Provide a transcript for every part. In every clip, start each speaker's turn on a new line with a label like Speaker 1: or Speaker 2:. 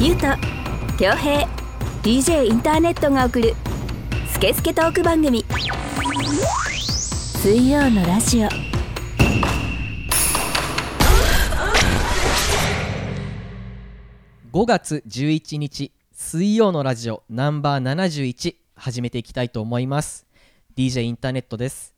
Speaker 1: ゆうと恭平 DJ インターネットが送る「スケスケトーク番組」水曜のラジオ
Speaker 2: 5月11日水曜のラジオナンバー71始めていきたいと思います DJ インターネットです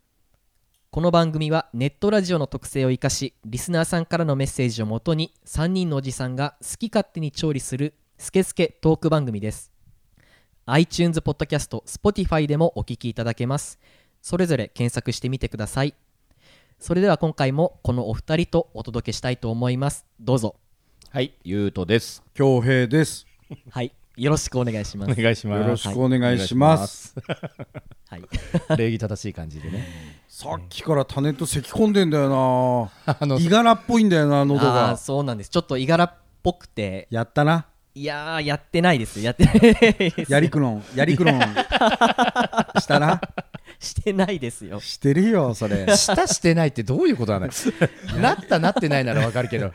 Speaker 2: この番組はネットラジオの特性を生かしリスナーさんからのメッセージをもとに3人のおじさんが好き勝手に調理するスケスケトーク番組です iTunes ポッドキャスト Spotify でもお聞きいただけますそれぞれ検索してみてくださいそれでは今回もこのお二人とお届けしたいと思いますどうぞ
Speaker 3: はい、ゆうとです。
Speaker 4: 恭平です。
Speaker 2: はいよろしくお願いします
Speaker 3: お願いします。
Speaker 4: よろしくお願いします。
Speaker 2: はい
Speaker 3: 礼儀正しい感じでね。
Speaker 4: さっきからタネット咳込んでんだよ
Speaker 3: あ
Speaker 4: な。
Speaker 3: の
Speaker 4: イガラっぽいんだよな喉
Speaker 2: ああー
Speaker 4: が。
Speaker 2: そうなんですちょっといがらっぽくて
Speaker 4: やったな。
Speaker 2: いやーやってないですやってない です
Speaker 4: やりくろん、やりくろん。したな。
Speaker 2: してないですよ
Speaker 4: してるよそれ。
Speaker 3: したしてないってどういうことな のなったなってないならわかるけど。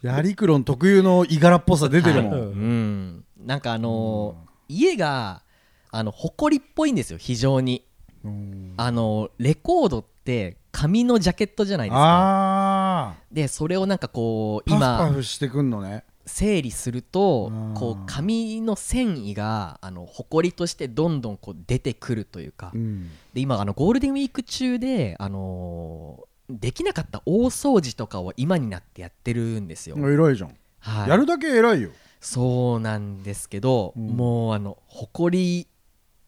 Speaker 4: やりくろん特有のイガラっぽさ出てるも
Speaker 2: はい
Speaker 4: ん。
Speaker 2: うんなんかあのー家があの埃っぽいんですよ非常にあのレコードって紙のジャケットじゃないですか
Speaker 4: ああ。
Speaker 2: でそれをなんかこう
Speaker 4: パフ
Speaker 2: 今
Speaker 4: パフしてくんのね。
Speaker 2: 整理すると
Speaker 4: うん
Speaker 2: こう紙の繊維があの埃としてどんどんこう出てくるというか
Speaker 4: うん。
Speaker 2: で今あのゴールデンウィーク中で、あのーできなかった大掃除とかを今になってやってるんですよ、
Speaker 4: 偉いじゃん。
Speaker 2: はい、
Speaker 4: やるだけ偉いよ。
Speaker 2: そうなんですけど、
Speaker 4: うん
Speaker 2: もうあの埃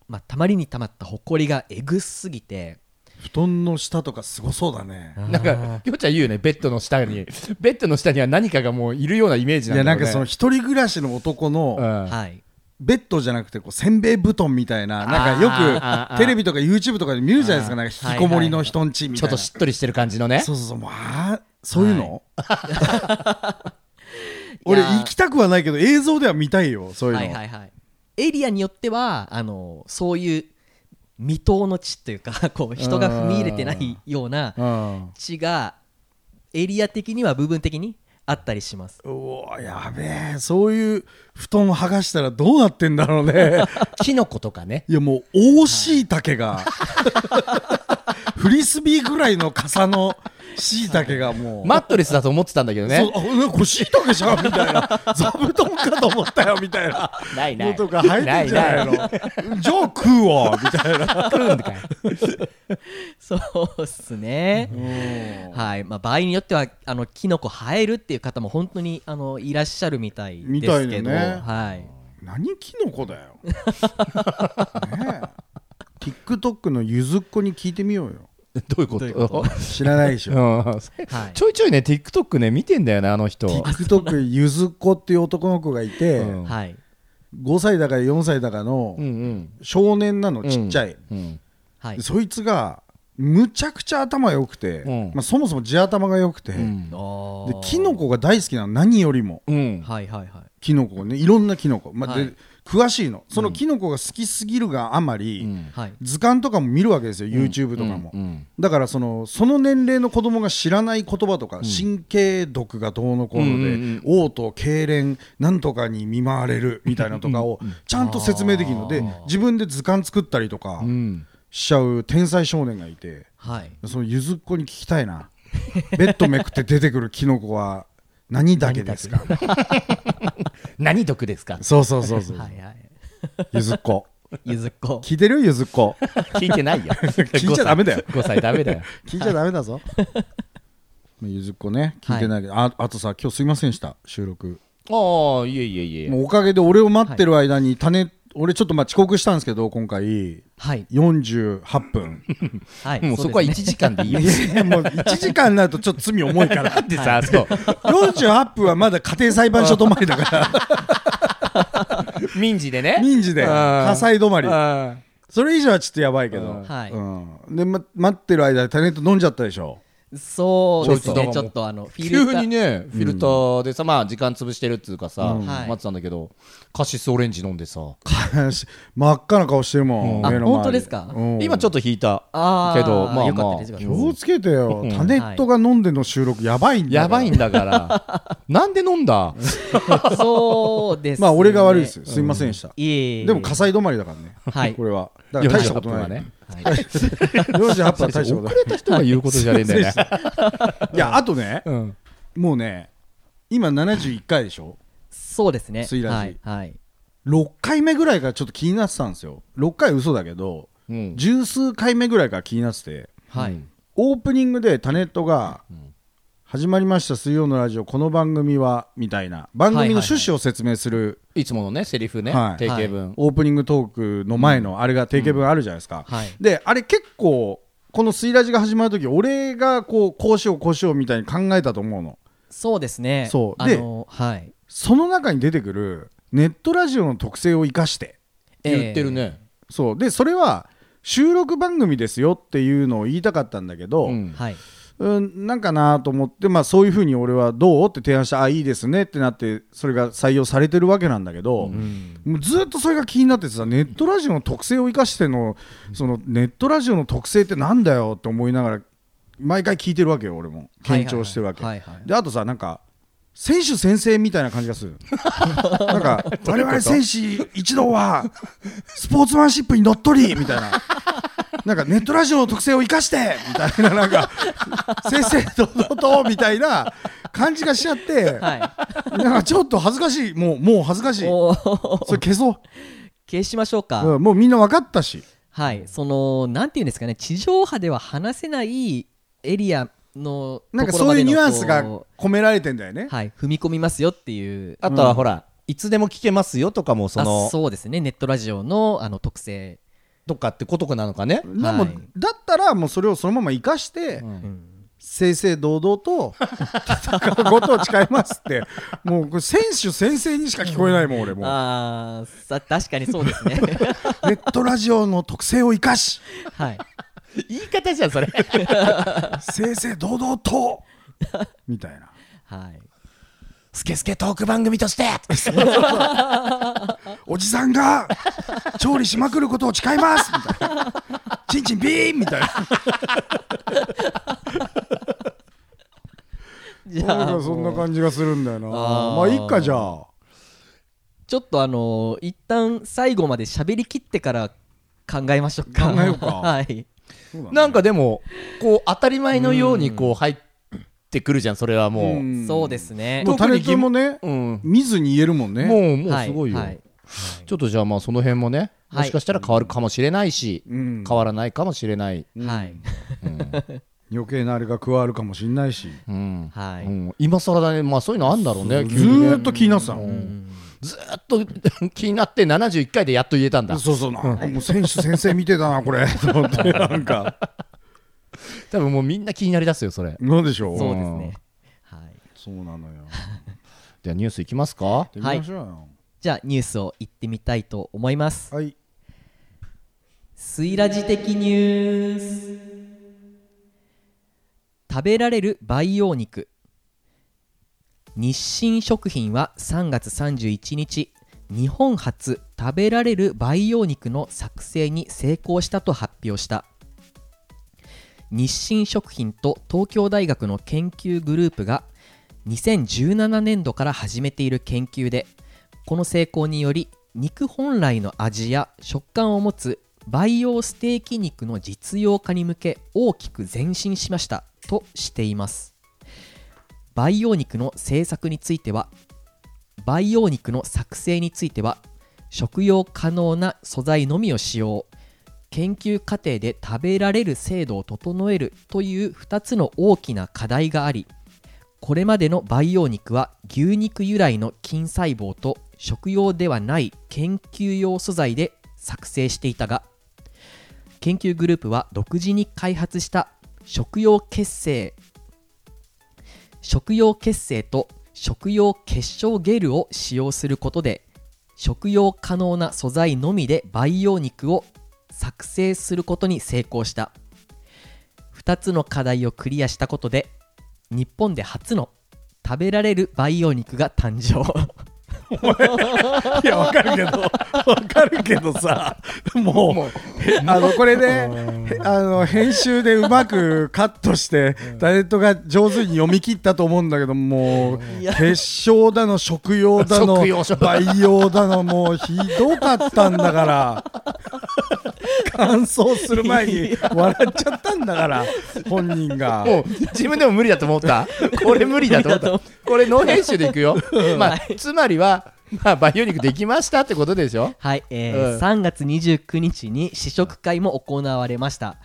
Speaker 2: まあたまりにたまった埃がえぐすぎて
Speaker 4: 布団の下とかすごそうだね。
Speaker 3: なんか、きょうちゃん言うよね、ベッドの下に。ベッドの下には何かがもういるようなイメー
Speaker 4: い
Speaker 3: ジな
Speaker 4: や
Speaker 3: んだ
Speaker 4: な
Speaker 3: よ
Speaker 4: ん
Speaker 3: ね。
Speaker 4: かその一人暮らしの男の。
Speaker 3: うん、
Speaker 2: はい
Speaker 4: ベッドじゃなくてこうせんべい布団みたいななんかよくテレビとか YouTube とかで見るじゃないですかなんか引きこもりの人んちみ
Speaker 3: ちょ
Speaker 4: た
Speaker 3: っ
Speaker 4: いな
Speaker 3: としっとりしてる感じのね。
Speaker 4: そうそうそうもうあーそういうの、
Speaker 2: い
Speaker 4: 俺
Speaker 2: やー
Speaker 4: 行きたくはないけど映像では見たいよそういうの、
Speaker 2: はいはいはいエリアによってはあのそういう未踏の地というか こう人が踏み入れてないような
Speaker 4: うん
Speaker 2: 地がエリア的には部分的にあったりします
Speaker 4: うおーやべえそういう布団剥がしたらどうなってんだろうね
Speaker 3: キノコとかね。
Speaker 4: いやもう大しいたけが フリスビーぐらいの傘のしいたけがもう、
Speaker 3: マットレスだと思ってたんだけどね。
Speaker 4: そうあなんかしいたけじゃんみたい な座布団かと思ったよみたいな
Speaker 3: ないな
Speaker 4: の
Speaker 3: い。
Speaker 4: とか入ってんじゃないの
Speaker 3: ない
Speaker 4: じゃあ食うわみたいな
Speaker 3: 食うんかい
Speaker 2: そうっすね、はいまあ、場合によってはあのキノコ生えるっていう方も本当にあのいらっしゃるみたい
Speaker 4: み
Speaker 2: で
Speaker 4: たい
Speaker 2: すけ
Speaker 4: よ
Speaker 2: ど、
Speaker 4: ね
Speaker 2: はい、
Speaker 4: 何キノコだよねえ TikTok のゆずっこに聞いてみようよ
Speaker 3: どういうこと
Speaker 2: どういうこ
Speaker 4: 知らないでしょ
Speaker 3: うん
Speaker 2: はい
Speaker 3: ちょいちょいね、TikTok ね、見てんだよね、あの人。
Speaker 4: TikTok ゆずっこっていう男の子がいて、
Speaker 3: うん
Speaker 2: はい、
Speaker 4: 5歳だか4歳だかの
Speaker 3: うんうん。
Speaker 4: 少年なのちっちゃい、
Speaker 3: うん。
Speaker 2: はい
Speaker 4: で、そいつがむちゃくちゃ頭良くて、
Speaker 3: うん
Speaker 4: まあ、そもそも地頭が良くて、
Speaker 3: うん
Speaker 2: あ
Speaker 4: で
Speaker 2: ー
Speaker 4: キノコが大好きなの何よりも
Speaker 3: うん。
Speaker 2: はいはいはい
Speaker 4: キノコねいろんなキノコ、まあ
Speaker 2: は
Speaker 4: で
Speaker 2: い
Speaker 4: 詳しいのそのキノコが好きすぎるがあまり、
Speaker 3: うん
Speaker 2: はい
Speaker 4: 図鑑とかも見るわけですよ YouTube とかも、
Speaker 3: うんうん
Speaker 4: だからそのその年齢の子供が知らない言葉とか、神経毒がどうのこうので、
Speaker 3: うんうん
Speaker 4: 嘔吐痙攣なんとかに見舞われるみたいなのとかをちゃんと説明できるので自分で図鑑作ったりとか
Speaker 3: うん
Speaker 4: しちゃう天才少年がいて
Speaker 2: はい
Speaker 4: そのゆずっこに聞きたいなベッドめくって出てくるキノコは何だけですか
Speaker 3: 何毒ですか
Speaker 4: そうそうそうそう、
Speaker 2: はいはい
Speaker 4: ゆずっこ
Speaker 2: ゆずっこ
Speaker 4: 聞いてるゆずっこ
Speaker 3: 聞いてない よ
Speaker 4: 聞いちゃダメだよ
Speaker 3: 5歳ダメだ よ
Speaker 4: 聞いちゃダメだぞまあゆずっこね聞いてないけど、ああとさ今日すいませんでした収録
Speaker 3: ああいえいえいえ
Speaker 4: もうおかげで俺を待ってる間に種、俺ちょっとまあ遅刻したんですけど今回
Speaker 2: はい
Speaker 4: 48分
Speaker 2: はい
Speaker 3: もう そこは1
Speaker 2: 一
Speaker 3: 時間でいい
Speaker 4: い
Speaker 3: よ
Speaker 4: やいやもう1時間になるとちょっと罪重いから
Speaker 3: だってさそう
Speaker 4: 48分はまだ家庭裁判所止まりだか
Speaker 3: 民事でね
Speaker 4: ら 民事で
Speaker 3: うん
Speaker 4: 火災止まり
Speaker 3: うん
Speaker 4: それ以上はちょっとやばいけ
Speaker 3: う
Speaker 4: ど
Speaker 3: ん
Speaker 2: はい
Speaker 4: うんで、ま、待ってる間にタネット飲んじゃったでしょ
Speaker 2: そうです
Speaker 3: ちょっ
Speaker 2: ね
Speaker 3: と
Speaker 2: ちょっとあのフィル
Speaker 3: 急
Speaker 2: ター
Speaker 3: にねフィルターでさ、まあ時間潰してるっつうかさ、
Speaker 4: うん
Speaker 2: はい
Speaker 3: 待ってたんだけどカシスオレンジ飲んでさ、
Speaker 4: 真っ赤な顔してるもん、
Speaker 2: あ
Speaker 4: 目の前
Speaker 2: 本当ですか
Speaker 4: うん
Speaker 3: 今ちょっと引いた
Speaker 2: ああ
Speaker 3: けどまあ
Speaker 2: よか
Speaker 3: ま
Speaker 2: っ
Speaker 3: あ
Speaker 2: たですよかっ
Speaker 4: 気
Speaker 2: たです
Speaker 4: をつけてよ、
Speaker 3: うん
Speaker 4: タネットが飲んでの収録やばいんだ
Speaker 3: やばい
Speaker 4: ん
Speaker 3: んだから なんで飲んだ
Speaker 2: そうですね
Speaker 4: まあ俺が悪いですよすいませんでした、
Speaker 2: いえいえいえ
Speaker 4: でも火災止まりだからね、
Speaker 2: はい
Speaker 4: これはだから大したことない
Speaker 3: ね
Speaker 4: 4時8分は大し たことない
Speaker 3: 人が言うことじゃねえんだ よね
Speaker 4: いやあとね、
Speaker 3: うん
Speaker 4: もうね今71回でしょ
Speaker 2: そうですね
Speaker 4: 水ラジ
Speaker 2: はいはい
Speaker 4: 6回目ぐらいからちょっと気になってたんですよ6回嘘だけど
Speaker 3: うん
Speaker 4: 十数回目ぐらいから気になってて
Speaker 2: はい
Speaker 4: オープニングでタネットが
Speaker 3: ん
Speaker 4: 「始まりました水曜のラジオこの番組は」みたいな番組の趣旨を説明する
Speaker 3: いつものねセリフね、
Speaker 4: はい
Speaker 3: 定型文、
Speaker 4: オープニングトークの前のあれが定型文あるじゃないですか
Speaker 2: はい
Speaker 4: であれ結構この「水ラジ」が始まる時俺がこうこうしようこうしようみたいに考えたと思うの
Speaker 2: そうですね
Speaker 4: そう
Speaker 2: あ
Speaker 4: で
Speaker 2: のはい
Speaker 4: その中に出てくるネットラジオの特性を生かして
Speaker 3: 言ってるね、
Speaker 4: そうでそれは収録番組ですよっていうのを言いたかったんだけど、
Speaker 3: う
Speaker 4: うんん
Speaker 2: えー はい
Speaker 4: なんかなと思って、まあ、そういうふうに俺はどうって提案してあいいですねってなってそれが採用されてるわけなんだけど、もうずっとそれが気になっててさネットラジオの特性を生かしてのそのネットラジオの特性ってなんだよって思いながら毎回聞いてるわけよ俺も緊張してるわけ、
Speaker 2: はいはいはい
Speaker 4: であとさなんか選手先生みたいな感じがする なん か我々選手一同はスポーツマンシップにのっとりみたいななんかネットラジオの特性を生かしてみたいななんか正々堂々とみたいな感じがしちゃって、
Speaker 2: は
Speaker 4: なんかちょっと恥ずかしいもうもう恥ずかしい
Speaker 2: い
Speaker 4: そ
Speaker 2: おー
Speaker 4: れ消そう
Speaker 2: 消しましょうか
Speaker 4: うんもうみんな分かったし
Speaker 2: はい、そのなんていうんですかね地上波では話せないエリアの
Speaker 4: なんか
Speaker 2: ところ
Speaker 4: そ
Speaker 2: ま
Speaker 4: うい
Speaker 2: で
Speaker 4: う
Speaker 2: の
Speaker 4: ニュアンスが
Speaker 2: こ
Speaker 4: 込められてんだよね
Speaker 2: う、はい、踏み込みますよっていう
Speaker 3: あとはほら、いつでも聞けますよとかもその
Speaker 2: あそうですねネットラジオのあの特性、
Speaker 3: とかってことかなのかね、
Speaker 4: でも
Speaker 2: はい
Speaker 4: だったらもうそれをそのまま生かして、
Speaker 2: うん
Speaker 4: 正々堂々と戦うことを誓いますってもうこれ選手先生にしか聞こえないもん俺も
Speaker 2: あーさ確かにそう ですね
Speaker 4: ネットラジオの特性を生かし
Speaker 2: はい
Speaker 3: 言い方じゃん それ
Speaker 4: 正々堂々とみたいな
Speaker 2: はい
Speaker 3: スケスケトーク番組として
Speaker 4: おじさんが調理しまくることを誓いますみたいなチンチンビーンみたいな
Speaker 2: じゃあ
Speaker 4: なんかそんな
Speaker 2: もう
Speaker 4: 感じがするんだよな
Speaker 2: あー
Speaker 4: まあいっかじゃあ
Speaker 2: ちょっとあの一旦最後まで喋り切ってから考えましょうか
Speaker 4: 考えよう か
Speaker 2: はい
Speaker 4: そうだね
Speaker 3: なんかでもこう当たり前のようにこう入ってくるじゃんそれはもう、
Speaker 4: うん
Speaker 2: そうですね
Speaker 4: もうタレントもね
Speaker 3: うん
Speaker 4: 見ずに言えるもんね
Speaker 3: もうもう
Speaker 2: はい
Speaker 3: すごいよ、
Speaker 2: はい
Speaker 3: ちょっとじゃあまあその辺もね
Speaker 2: はい
Speaker 3: もしかしたら変わるかもしれないし、
Speaker 4: うん
Speaker 3: 変わらないかもしれない、
Speaker 2: はい
Speaker 3: うん
Speaker 4: 余計なあれが加わるかもしんないし
Speaker 3: うん
Speaker 2: はい
Speaker 3: うん今更だねまあそういうのあんだろうね
Speaker 4: ず
Speaker 3: 急にね
Speaker 4: ーっと気になってたの
Speaker 3: ずーっと 気になって71回でやっと言えたんだ
Speaker 4: そうそうなんかもう選手先生見てたなこれと思ってなんか
Speaker 3: 多分もうみんな気になりだすよそれ
Speaker 4: なんでしょう
Speaker 2: そうですねはい
Speaker 4: そうなのよ
Speaker 3: じゃあニュースいきますか
Speaker 4: 行ってみましょうよ
Speaker 2: じゃあニュースを言ってみたいと思います。
Speaker 4: はい
Speaker 2: スイラジ的ニュース食べられる培養肉日清食品は3月31日日本初食べられる培養肉の作成に成功したと発表した日清食品と東京大学の研究グループが2017年度から始めている研究でこの成功により肉本来の味や食感を持つ培養ステーキ肉の実用化に向け大きく前進しましたとしています培養肉の製作については培養肉の作成については食用可能な素材のみを使用研究過程で食べられる制度を整えるという2つの大きな課題がありこれまでの培養肉は牛肉由来の筋細胞と食用ではない研究用素材で作成していたが研究グループは独自に開発した食用血清食用血清と食用結晶ゲルを使用することで食用可能な素材のみで培養肉を作成することに成功した2つの課題をクリアしたことで日本で初の食べられる培養肉が誕生
Speaker 4: いやわかるけどわかるけどさもう
Speaker 3: もう
Speaker 4: あのこれねへあの編集でうまくカットしてタレントが上手に読み切ったと思うんだけどもう結晶だの食用だ の
Speaker 3: 食用食
Speaker 4: 培養だのもうひどかったんだから乾燥する前に笑っちゃったんだから本人が。
Speaker 3: もう自分でも無理だと思ったこれ無理だと思
Speaker 2: 無理だと思
Speaker 3: っ
Speaker 2: った
Speaker 3: これノー編集でいくよ、まあ
Speaker 2: は、
Speaker 3: つまりは、まあ、培養肉できましたってことでしょ
Speaker 2: はい、えー
Speaker 3: うん
Speaker 2: 3月29日に試食会も行われました、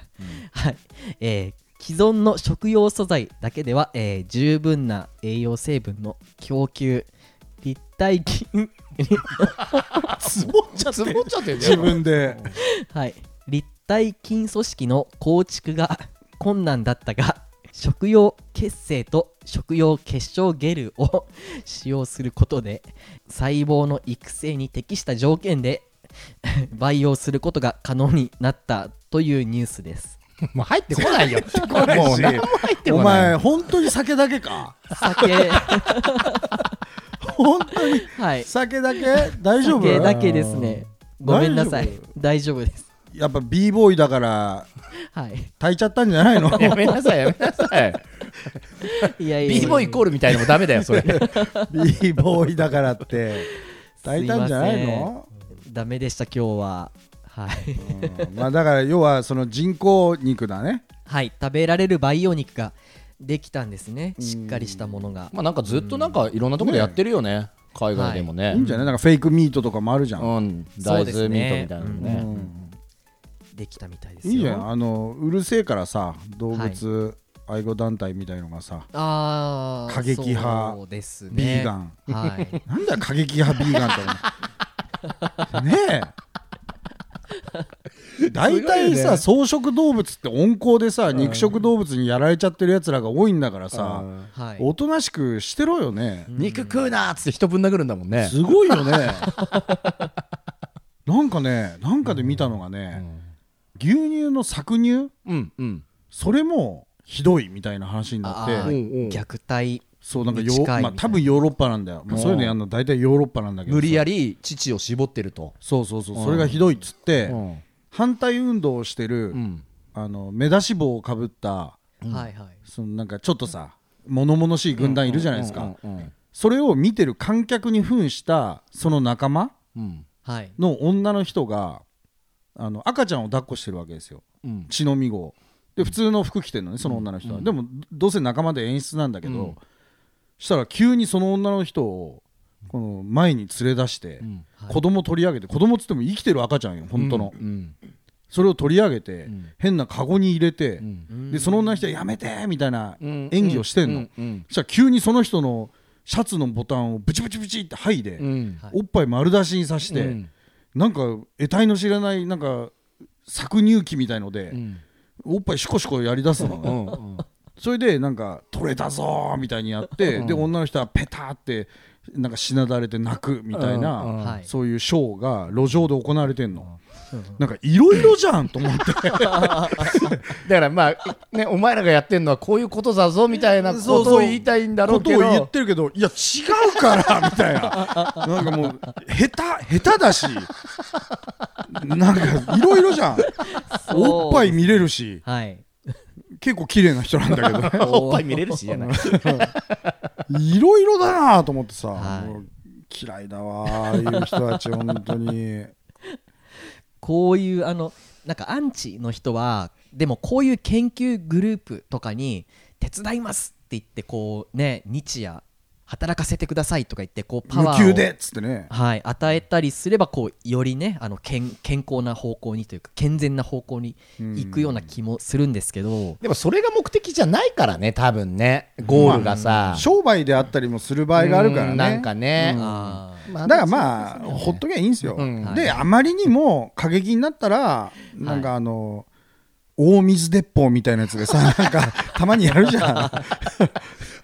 Speaker 2: はいえー既存の食用素材だけでは、えー十分な栄養成分の供給立体菌
Speaker 3: つぼっちゃってつぼっちゃってんだ
Speaker 4: 自
Speaker 3: よ
Speaker 4: 分で
Speaker 2: はい、立体筋組織の構築が困難だったが 食用血清と食用結晶ゲルを使用することで細胞の育成に適した条件で 培養することが可能になったというニュースです
Speaker 3: もう入ってこないよ
Speaker 4: ないし
Speaker 3: もう何も入って
Speaker 4: お
Speaker 3: こない
Speaker 4: 前本当に酒だけか
Speaker 2: 酒
Speaker 4: 本当に
Speaker 2: はい
Speaker 4: 酒だけ大丈夫
Speaker 2: 酒だけですねごめんなさい大丈夫です
Speaker 4: やっぱ b ボーイだから
Speaker 2: はい
Speaker 4: 炊いちゃったんじゃないの
Speaker 3: やめなさいやめなさい
Speaker 2: いやいやいや
Speaker 3: b ボイコールみたいのもダメだよそれ
Speaker 4: b ボーイだからって炊いたんじゃない
Speaker 2: すいま
Speaker 4: の
Speaker 2: ダメでした今日ははい
Speaker 4: うんまあだから要はその人工肉だね
Speaker 2: はい食べられる培養肉ができたんですねしっかりしたものが
Speaker 3: まあなんかずっとなんかいろんなところでやってるよね海外でもね、
Speaker 4: いいんじゃないなんかフェイクミートとかもあるじゃん、
Speaker 3: うん、
Speaker 2: そ
Speaker 3: 大
Speaker 2: うです
Speaker 3: 豆
Speaker 2: ね
Speaker 3: ミートみたいなのね
Speaker 4: うん
Speaker 2: できたみたいですよ
Speaker 4: いいじゃんあのうるせえからさ動物愛護団体みたいのがさ、
Speaker 2: あー
Speaker 4: 過激派
Speaker 2: そうですね
Speaker 4: ビーガン
Speaker 2: はい
Speaker 4: なんだよ過激派ビーガンってお前ねえ大体さ、草食動物って温厚でさ肉食動物にやられちゃってるやつらが多いんだからさ、
Speaker 2: はい
Speaker 4: おとなしくしてろよね、
Speaker 3: 肉食うなーっつって人ぶん殴るんだもんね
Speaker 4: すごいよねなんかねなんかで見たのがね、牛乳の搾乳
Speaker 3: うんうん
Speaker 4: それもひどいみたいな話に
Speaker 2: あ
Speaker 4: なっ
Speaker 2: ー
Speaker 3: う
Speaker 4: て
Speaker 3: んうん
Speaker 2: 虐待
Speaker 4: そうなんか
Speaker 2: 近いみ
Speaker 4: よ、
Speaker 2: たいな
Speaker 4: まあ、多分ヨーロッパなんだよ、まあそういうのやるの大体ヨーロッパなんだけど
Speaker 3: 無理やり乳を絞ってると、
Speaker 4: そうそうそうそれがひどいっつって、
Speaker 3: うん
Speaker 4: 反対運動をしてる、あの目出し帽をかぶった
Speaker 2: はいはい
Speaker 4: そのなんかちょっとさ物々しい軍団いるじゃないですか、
Speaker 3: うんうん
Speaker 4: それを見てる観客に扮したその仲間
Speaker 3: うん
Speaker 2: はい
Speaker 4: の女の人があの赤ちゃんを抱っこしてるわけですよ
Speaker 3: うん
Speaker 4: 血のみ子をで普通の服着てるのねその女の人は、でもどどうせ仲間で演出なんだけど、したら急にその女の人をこの前に連れ出して、
Speaker 3: ん
Speaker 2: はい
Speaker 4: 子供取り上げて子供っつっても生きてる赤ちゃんよ本当の、
Speaker 3: うん
Speaker 4: それを取り上げて、
Speaker 3: ん
Speaker 4: 変なカゴに入れて、
Speaker 3: ん
Speaker 4: でその女の人はやめてみたいな
Speaker 3: うん
Speaker 4: 演技をしてんの、
Speaker 3: うんうん
Speaker 4: そしたら急にその人のシャツのボタンをブチブチブチって剥いで、
Speaker 3: うん
Speaker 2: はい
Speaker 4: おっぱい丸出しにさして、
Speaker 3: うん
Speaker 4: なんか得体の知れないなんか搾乳機みたいので、
Speaker 3: うん
Speaker 4: おっぱいシコシコやりだすの、
Speaker 3: うんうん
Speaker 4: それでなんか取れたぞーみたいにやって、で女の人はペターってなんかしなだれて泣くみたいな、
Speaker 3: うんうん
Speaker 2: はい
Speaker 4: そういうショーが路上で行われてんの、なんかいろいろじゃんと思って
Speaker 3: だからまあねお前らがやってんのはこういうことだぞみたいなことを言いたいんだろうけど
Speaker 4: ことを言ってるけどいや違うからみ たいななんかもう下手下手だしなんかいろいろじゃんおっぱい見れるし
Speaker 2: はい
Speaker 4: 結構綺麗な人なんだけ
Speaker 3: おっぱい見れるしじゃない
Speaker 4: どいろいろだなと思ってさ、
Speaker 2: はい
Speaker 4: もう嫌いだわああいう 人たち本当に
Speaker 2: こういうあのなんかアンチの人はでもこういう研究グループとかに手伝いますって言ってこうね日夜働かせてくださいとか言ってこうパ
Speaker 4: 無
Speaker 2: ワーを
Speaker 4: 給でっつってね
Speaker 2: はい、与えたりすればこうよりねあの健健康な方向にというか健全な方向に行くような気もするんですけど、
Speaker 3: でもそれが目的じゃないからね多分ねゴールがさ
Speaker 4: 商売であったりもする場合があるから
Speaker 3: う
Speaker 4: ね
Speaker 3: んなんかね
Speaker 2: あー
Speaker 4: だからまあ、ほっときゃいいんですよ、
Speaker 3: うん
Speaker 4: であまりにも過激になったらなんかあの、大水鉄砲みたいなやつで さ、なんか、たまにやるじゃん。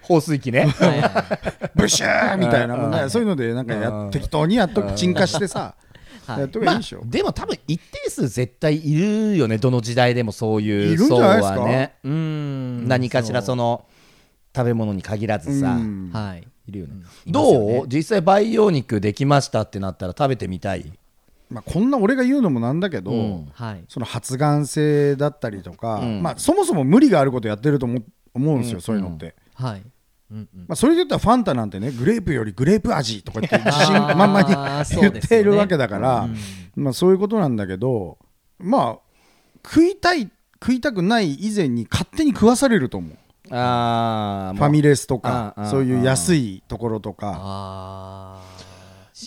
Speaker 3: 放水器ね
Speaker 2: はいはい
Speaker 4: ブシューみたいなもんね。そういうので、なんかや、適当にやっとく、沈下してさ、
Speaker 2: はい
Speaker 4: やっとけ
Speaker 3: ま
Speaker 4: ばいい
Speaker 3: あ
Speaker 4: でしょ、、
Speaker 3: でも多分一定数絶対いるよねどの時代でもそういう
Speaker 4: いるんじゃないですか
Speaker 3: 層はね
Speaker 2: うーん
Speaker 3: 何かしらその食べ物に限らずさ、
Speaker 4: うん
Speaker 2: はい
Speaker 3: いるよね
Speaker 2: いますよね
Speaker 3: どう実際培養肉できましたってなったら食べてみたい
Speaker 4: まあ、こんな俺が言うのもなんだけど、
Speaker 3: うん
Speaker 2: はい
Speaker 4: その発がん性だったりとか、
Speaker 3: うん
Speaker 4: まあ、そもそも無理があることやってると思う思うんですよ、
Speaker 3: うん
Speaker 4: そういうのって、
Speaker 2: はいうんうん
Speaker 4: まあ、それで言ったらファンタなんてねグレープよりグレープ味とかって自信
Speaker 2: あー
Speaker 4: 満々に
Speaker 2: そう
Speaker 4: 言
Speaker 2: で
Speaker 4: っ
Speaker 2: すよね
Speaker 4: ているわけだから
Speaker 2: うん
Speaker 4: まあ、そういうことなんだけどまあ食いたい食いたくない以前に勝手に食わされると思う
Speaker 3: あー
Speaker 4: フ
Speaker 3: もう
Speaker 4: ァミレスと
Speaker 3: あーあ
Speaker 4: か
Speaker 3: ー
Speaker 4: そういう安いところとか
Speaker 2: あー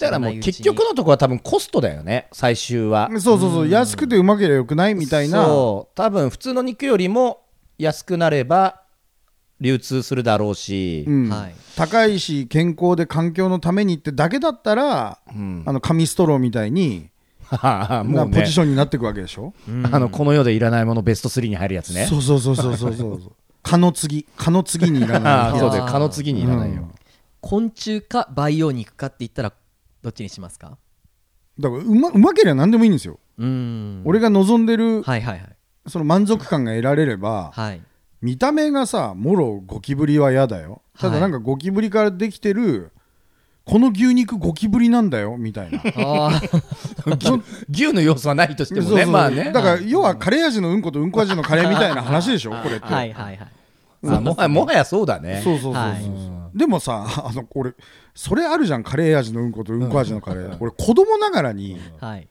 Speaker 3: だからもう結局のところは多分コストだよね最終は
Speaker 4: そうそうそう安くてうまければよくないみたいな
Speaker 3: そう多分普通の肉よりも安くなれば流通するだろうし、
Speaker 4: うん
Speaker 2: はい
Speaker 4: 高いし健康で環境のためにってだけだったら、あの紙ストローみたいに、
Speaker 3: ああ も
Speaker 4: な
Speaker 3: う、ね、
Speaker 4: ポジションになっていくわけでしょ、
Speaker 3: あのこの世でいらないものベスト3に入るやつね
Speaker 4: そうそうそうそうそうそう蚊の次蚊の次にいら
Speaker 3: あ
Speaker 4: な
Speaker 3: あ
Speaker 4: い
Speaker 3: そうだよ蚊の次にいらないよ、
Speaker 2: 昆虫か培養肉かって言ったらどっちにしますか
Speaker 4: だからうまうまければ何でもいいんですよ、
Speaker 2: うーん
Speaker 4: 俺が望んでる、
Speaker 2: はいはいはい
Speaker 4: その満足感が得られれば、
Speaker 2: はい
Speaker 4: 見た目がさもろゴキブリは嫌だよた
Speaker 2: は
Speaker 4: だ
Speaker 2: い
Speaker 4: なんかゴキブリからできてるこの牛肉ゴキブリなんだよみたいな
Speaker 2: あー
Speaker 3: 牛牛の要素はないとしてもね
Speaker 4: そうそう
Speaker 3: まあね
Speaker 4: だから要はカレー味のうんことうんこ味のカレーみたいな話でしょこれって、
Speaker 2: はいはいはい
Speaker 3: あもはやもはやそうだね
Speaker 4: そうそうそうそう、
Speaker 2: はい
Speaker 4: でもさあの俺それあるじゃんカレー味のうんことうんこ味のカレー、俺子供ながらに
Speaker 2: はい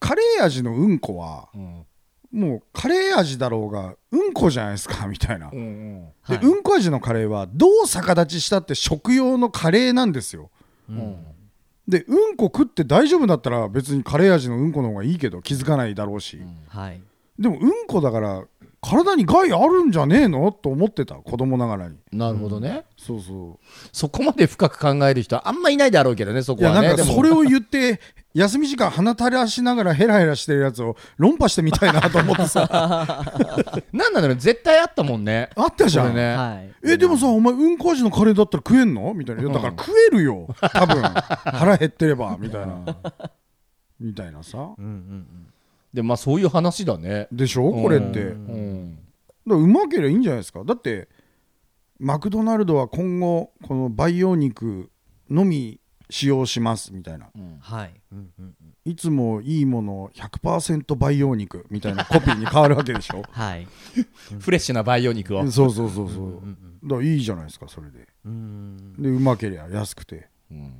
Speaker 4: カレー味のうんこは
Speaker 3: うん
Speaker 4: もうカレー味だろうがうんこじゃないですかみたいな、
Speaker 3: うんうん
Speaker 2: はい
Speaker 4: でうんこ味のカレーはどう逆立ちしたって食用のカレーなんですよ
Speaker 3: うん
Speaker 4: でうんこ食って大丈夫だったら別にカレー味のうんこの方がいいけど気づかないだろうし、
Speaker 2: はい
Speaker 4: でもうんこだから体に害あるんじゃねえのと思ってた子供ながらに
Speaker 3: なるほどね、
Speaker 4: そうそう
Speaker 3: そこまで深く考える人はあんまいないだろうけどねそ
Speaker 4: い
Speaker 3: こ
Speaker 4: や
Speaker 3: はね
Speaker 4: なんか
Speaker 3: でも
Speaker 4: それを言って休み時間鼻垂らしながらヘラヘラしてるやつを論破してみたいなと思ってさ
Speaker 3: なんなのよ絶対あったもんね
Speaker 4: あったじゃ
Speaker 3: こ
Speaker 4: ん、
Speaker 3: れね
Speaker 2: はい
Speaker 4: えでもさお前うんこ味のカレーだったら食えんのみたいないやだから食えるよ多分腹減ってればみたいなみたいなさ
Speaker 2: うんうん
Speaker 3: でまあそういう話だね
Speaker 4: でしょこれって
Speaker 3: う
Speaker 4: だか
Speaker 3: ん
Speaker 4: らうまけりゃいいんじゃないですかだってマクドナルドは今後この培養肉のみ使用しますみたいな
Speaker 2: うんはいうんうんうん
Speaker 4: いつもいいもの100%培養肉みたいなコピーに変わるわけでしょ
Speaker 2: はい
Speaker 3: フレッシュな培養肉を
Speaker 4: うんそうそうそうそうだからいいじゃないですかそれで
Speaker 2: うーん
Speaker 4: でうまけりゃ安くて
Speaker 3: うん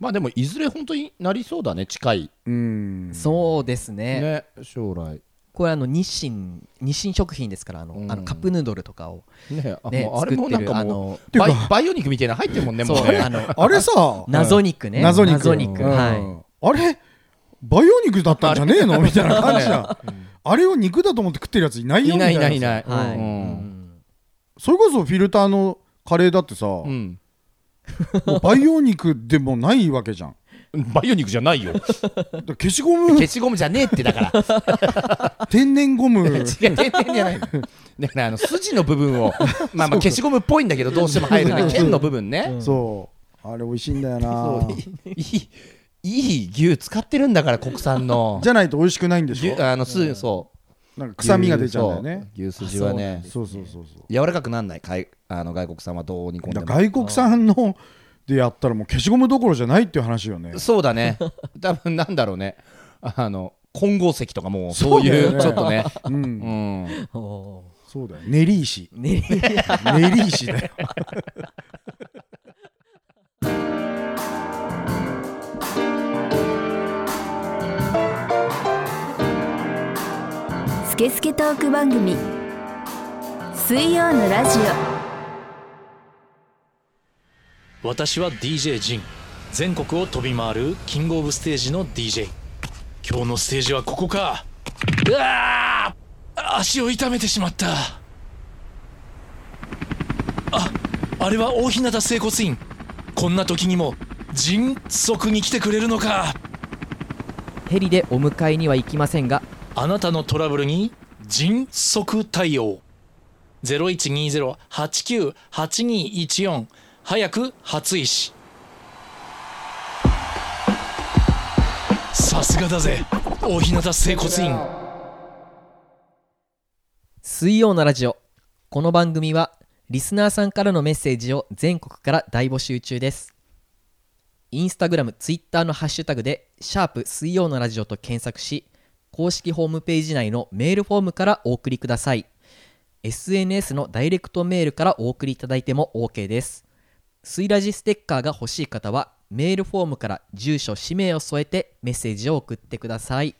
Speaker 3: まあでもいずれ本当になりそうだね近い
Speaker 4: うん
Speaker 2: そうですね
Speaker 3: ね将来
Speaker 2: これあの日清日清食品ですからあの、
Speaker 3: うん
Speaker 2: あのカップヌードルとかを
Speaker 3: ねあ
Speaker 2: ね
Speaker 3: もうあれもなんかも
Speaker 2: 作
Speaker 3: うバイ培養肉みたいなの入ってるもんねもう
Speaker 2: そうあ
Speaker 3: ね
Speaker 2: の
Speaker 4: あれさ
Speaker 2: 謎肉ね
Speaker 4: 謎肉うん
Speaker 2: は
Speaker 4: あれ培養肉だったんじゃね えのみたいな感じじゃんあれを肉だと思って食ってるやついないよ
Speaker 3: い
Speaker 4: みた
Speaker 3: ない
Speaker 4: い
Speaker 3: い
Speaker 4: な
Speaker 3: な
Speaker 4: さ
Speaker 3: いいない
Speaker 2: いはい、
Speaker 3: う
Speaker 2: うん
Speaker 3: ん
Speaker 4: それこそフィルターのカレーだってさ、
Speaker 3: う
Speaker 4: も
Speaker 3: ん
Speaker 4: う培養肉でもないわけじゃん
Speaker 3: 培養肉じゃないよ
Speaker 4: だから消しゴム
Speaker 3: 消しゴムじゃねえってだ から
Speaker 4: 天然ゴム
Speaker 3: 違う天然じゃないのだからあの筋の部分 をまあまあ消しゴムっぽいんだけどどうしても入るね剣の部分ね
Speaker 4: そうあれ美味しいんだよな
Speaker 3: そういいいい牛使ってるんだから国産の
Speaker 4: じゃないと美味しくないんでし
Speaker 3: 牛
Speaker 4: ょ
Speaker 3: あのすそう
Speaker 4: なんか臭みが出ちゃうんだよね
Speaker 3: そう牛筋はね
Speaker 4: そうそうそうそ
Speaker 3: 柔らかくなんないかいあの外国産はどうにこんで
Speaker 4: うだ
Speaker 3: も
Speaker 4: から外国産のでやったらもう消しゴムどころじゃないっていう話よね
Speaker 3: そうだね 多分なんだろうねあの混合石とかもうそういう
Speaker 4: そうだよね
Speaker 3: ちょっとね
Speaker 4: う
Speaker 3: うんん
Speaker 2: おー
Speaker 4: そうだよ練り石
Speaker 2: ね
Speaker 4: 練り石だよ
Speaker 1: スケスケトーク番組水曜のラジ
Speaker 5: 私は DJ ジン全国を飛び回るキングオブステージの DJ 今日のステージはここかうわあ足を痛めてしまったああれは大日向整骨院こんな時にも迅速に来てくれるのか
Speaker 2: ヘリでお迎えには行きませんが
Speaker 5: あなたのトラブルに迅速対応0120-89-8214早く初石さすがだぜ大日向整骨院
Speaker 2: 水曜のラジオこの番組はリスナーさんからのメッセージを全国から大募集中ですインスタグラムツイッターのハッシュタグで「シャープ水曜のラジオ」と検索し公式ホームページ内のメールフォームからお送りください SNS のダイレクトメールからお送りいただいても OK です水ラジステッカーが欲しい方はメールフォームから住所氏名を添えてメッセージを送ってください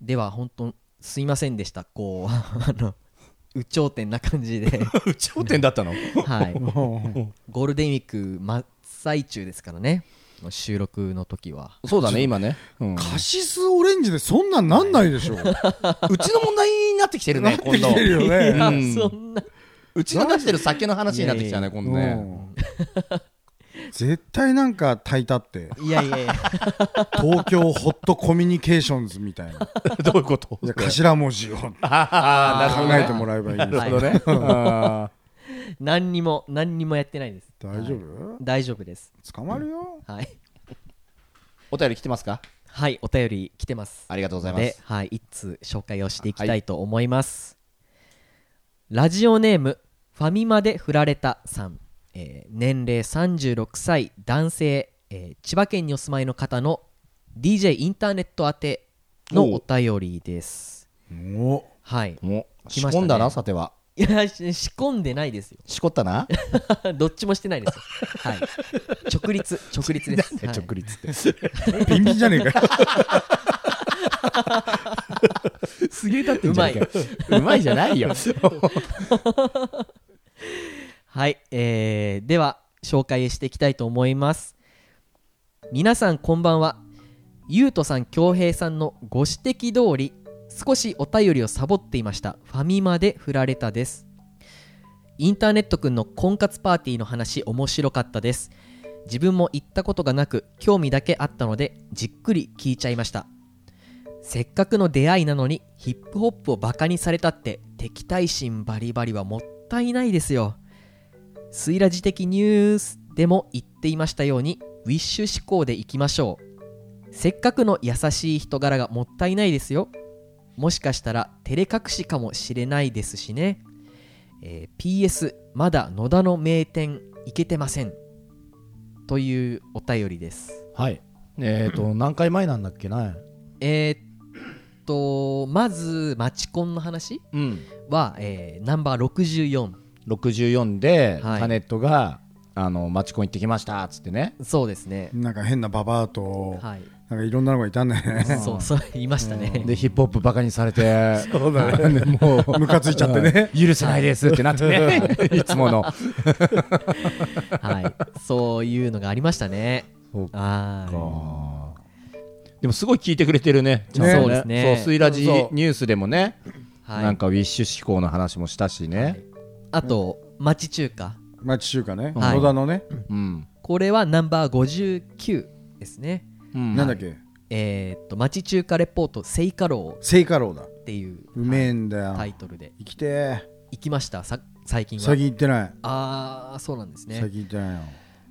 Speaker 2: では本当すいませんでしたこう あの有頂天な感じ で
Speaker 3: 有頂天だったの
Speaker 2: はい
Speaker 4: も
Speaker 2: ゴールデンウィーク真っ最中ですからね収録の時は
Speaker 3: そうだね今ね、うん
Speaker 4: うカシスオレンジでそんなんなんないでしょ
Speaker 3: うちの問題になってきてるね今度
Speaker 4: 来てるよね
Speaker 3: や
Speaker 2: いや
Speaker 3: そ
Speaker 2: そんな
Speaker 3: うちの出してる酒の話になってきたね今度ね
Speaker 4: うん絶対なんか炊いたって
Speaker 2: いやいやいや
Speaker 4: 東京ホットコミュニケーションズみたいな
Speaker 3: どういうこと
Speaker 4: じゃあ頭文字を考
Speaker 3: ああ
Speaker 4: えてもらえばいいんで
Speaker 3: なる
Speaker 4: す
Speaker 3: ほどねあ
Speaker 2: 何にも何にもやってないです
Speaker 4: 大丈夫
Speaker 2: 大丈夫です
Speaker 4: 捕まるよ
Speaker 2: はい
Speaker 3: ー お便り来てますか
Speaker 2: はいお便り来てます
Speaker 3: ありがとうございま、
Speaker 2: ですはい、一通紹介をしていきたいと思います、ラジオネームファミマで振られたさん、えー年齢36歳男性、えー千葉県にお住まいの方の DJ インターネット宛てのお便りです
Speaker 4: お
Speaker 2: はい
Speaker 3: もう
Speaker 2: 来
Speaker 3: 仕
Speaker 2: ましたね
Speaker 3: 込んだなさてはい
Speaker 2: やし仕込んでないですよ
Speaker 3: 仕込った な
Speaker 2: どっちもしてないですよはい直立直立です、はい
Speaker 3: 直立って
Speaker 4: ビンビンじゃねえか
Speaker 3: すげえ立って
Speaker 2: んじゃねえ
Speaker 3: うまいじゃないよ
Speaker 2: はい、えーでは紹介していきたいと思います皆さんこんばんはゆうとさん恭平さんのご指摘通り少しお便りをサボっていましたファミマで振られたですインターネットくんの婚活パーティーの話面白かったです自分も行ったことがなく興味だけあったのでじっくり聞いちゃいましたせっかくの出会いなのにヒップホップをバカにされたって敵対心バリバリはもったいないですよスイラジ的ニュースでも言っていましたようにウィッシュ思考でいきましょうせっかくの優しい人柄がもったいないですよもしかしたら照れ隠しかもしれないですしね、えー PS まだ野田の名店行けてませんというお便りです
Speaker 6: はい。えっ、と、何回前なんだっけな。
Speaker 2: えーっとまずマチコンの話
Speaker 3: うん
Speaker 2: は、えーナンバー64
Speaker 3: 64で
Speaker 2: はい
Speaker 3: タネットがあのマチコン行ってきましたっつって ね
Speaker 2: そうですね
Speaker 4: なんか変なババアと
Speaker 2: はい
Speaker 4: なんかいろんなのがいたんだよね
Speaker 2: そうそう言いましたね
Speaker 3: でヒップホップバカにされて
Speaker 4: そうだ ね
Speaker 3: もう
Speaker 4: ムカついちゃってね
Speaker 3: 許せないですってなってねいつもの
Speaker 2: はい、そういうのがありましたね。
Speaker 3: そうか
Speaker 2: は
Speaker 3: でもすごい聞いてくれてるねちゃんと
Speaker 4: そう
Speaker 2: ですね
Speaker 3: そうスイラジニ
Speaker 4: そう
Speaker 3: ュ
Speaker 4: そう
Speaker 3: ースでもね
Speaker 2: いはい、
Speaker 3: なんかウィッシュ思考の話もしたしね、
Speaker 2: あと町中華、
Speaker 4: 町中華ね
Speaker 2: はい
Speaker 4: 野田のね
Speaker 3: うん、
Speaker 2: これはナンバー59ですね。
Speaker 3: うん
Speaker 4: なんだっけ
Speaker 2: えーっと町中華レポートセイカロ
Speaker 4: 聖火楼だ
Speaker 2: ーっていう
Speaker 4: うめえんだよ
Speaker 2: タイトルで
Speaker 4: 生きてえ
Speaker 2: 行きましたさ最近は。
Speaker 4: 最近行ってない
Speaker 2: ああそうなんです
Speaker 4: 最
Speaker 2: ね。
Speaker 4: 近行ってないよ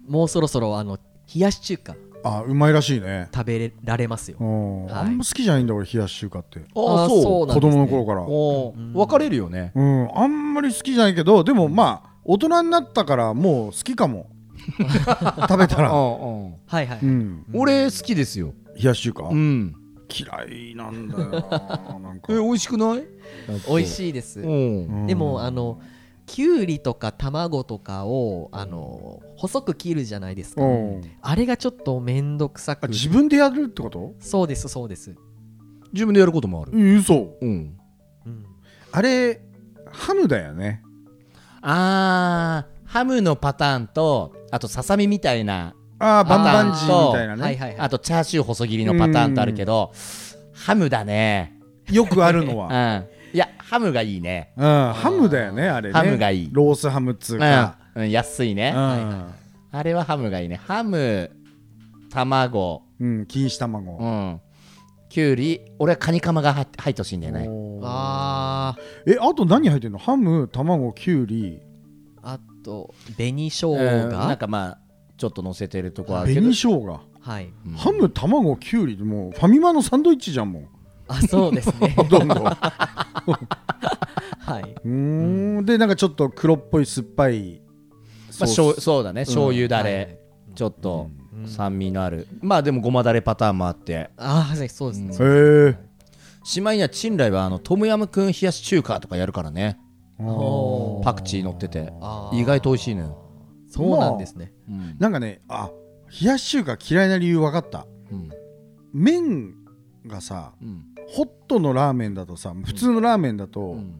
Speaker 2: もうそろそろあの冷やし中華
Speaker 4: あうまいらしいね
Speaker 2: 食べられますよ。
Speaker 4: うん
Speaker 2: はい
Speaker 4: あんま好きじゃないんだ俺冷やし中華って
Speaker 3: ああ
Speaker 2: ー
Speaker 3: そう
Speaker 2: う
Speaker 4: 子供の頃から
Speaker 3: おー分かれるよね
Speaker 4: うんあんまり好きじゃないけどでもまあ大人になったからもう好きかも食べたら
Speaker 3: うんうん
Speaker 2: はいはい。
Speaker 4: うん
Speaker 3: 俺好きですよ
Speaker 4: 冷やし中華
Speaker 3: うん
Speaker 4: 嫌いなんだよななんか
Speaker 3: え美味しくない
Speaker 2: 美味しいです。
Speaker 3: うん
Speaker 4: うん
Speaker 2: でもあのきゅうりとか卵とかをあの細く切るじゃないですか、
Speaker 4: うん
Speaker 2: あれがちょっとめんどくさ
Speaker 4: あ
Speaker 2: く
Speaker 4: 自分でやるってこと
Speaker 2: そうですそうです、
Speaker 3: 自分でやることもある
Speaker 4: うん嘘
Speaker 3: うん
Speaker 2: うん、
Speaker 4: あれハムだよね
Speaker 3: あーハムのパターンとあとささみみたいな
Speaker 4: ああバンバ
Speaker 3: あ
Speaker 4: ン
Speaker 3: ー
Speaker 4: ジーみたいな
Speaker 2: はい
Speaker 4: ね
Speaker 2: はいはい
Speaker 3: あとチャーシュー細切りのパターンとあるけどハムだね
Speaker 4: よくあるの
Speaker 3: う
Speaker 4: は
Speaker 3: んいやハムがいいね
Speaker 4: うんハムだよねあれね
Speaker 3: ハムがいい
Speaker 4: ロースハムっ
Speaker 3: う
Speaker 4: つうんか
Speaker 3: うん安いうね
Speaker 4: ん
Speaker 3: あれはハムがいいねハム卵
Speaker 4: うん錦糸
Speaker 3: う
Speaker 4: 卵
Speaker 3: んきゅうり俺はカニカマが入って入ってほしいんだよね
Speaker 4: おー
Speaker 2: あー
Speaker 4: えあと何入ってんのハム卵きゅうり
Speaker 2: あと紅生姜、
Speaker 3: うんなんかまあちょっと乗せてるとこあるけど
Speaker 4: 紅生姜
Speaker 2: はい
Speaker 4: ハム卵きゅうりでもうファミマのサンドイッチじゃんも
Speaker 2: あそうですね
Speaker 4: うどんどん う
Speaker 2: はい
Speaker 4: ーんでなんかちょっと黒っぽい酸っぱい
Speaker 3: まあ、しょうそうだね醤油だれ、ちょっと
Speaker 2: うん
Speaker 3: 酸味のある、まあでもごまだれパターンもあって
Speaker 2: ああそうですね、
Speaker 4: へえ
Speaker 3: しまいにはチンライはあのトムヤムクン冷やし中華とかやるからね
Speaker 2: おー
Speaker 3: パクチー乗ってて
Speaker 2: あー
Speaker 3: 意外と美味しいのよ、
Speaker 2: そうなんですね、
Speaker 3: うん
Speaker 4: なんかねあ冷やし中華嫌いな理由分かった
Speaker 3: うん
Speaker 4: 麺がさ
Speaker 3: うん
Speaker 4: ホットのラーメンだとさ普通のラーメンだと、
Speaker 3: うん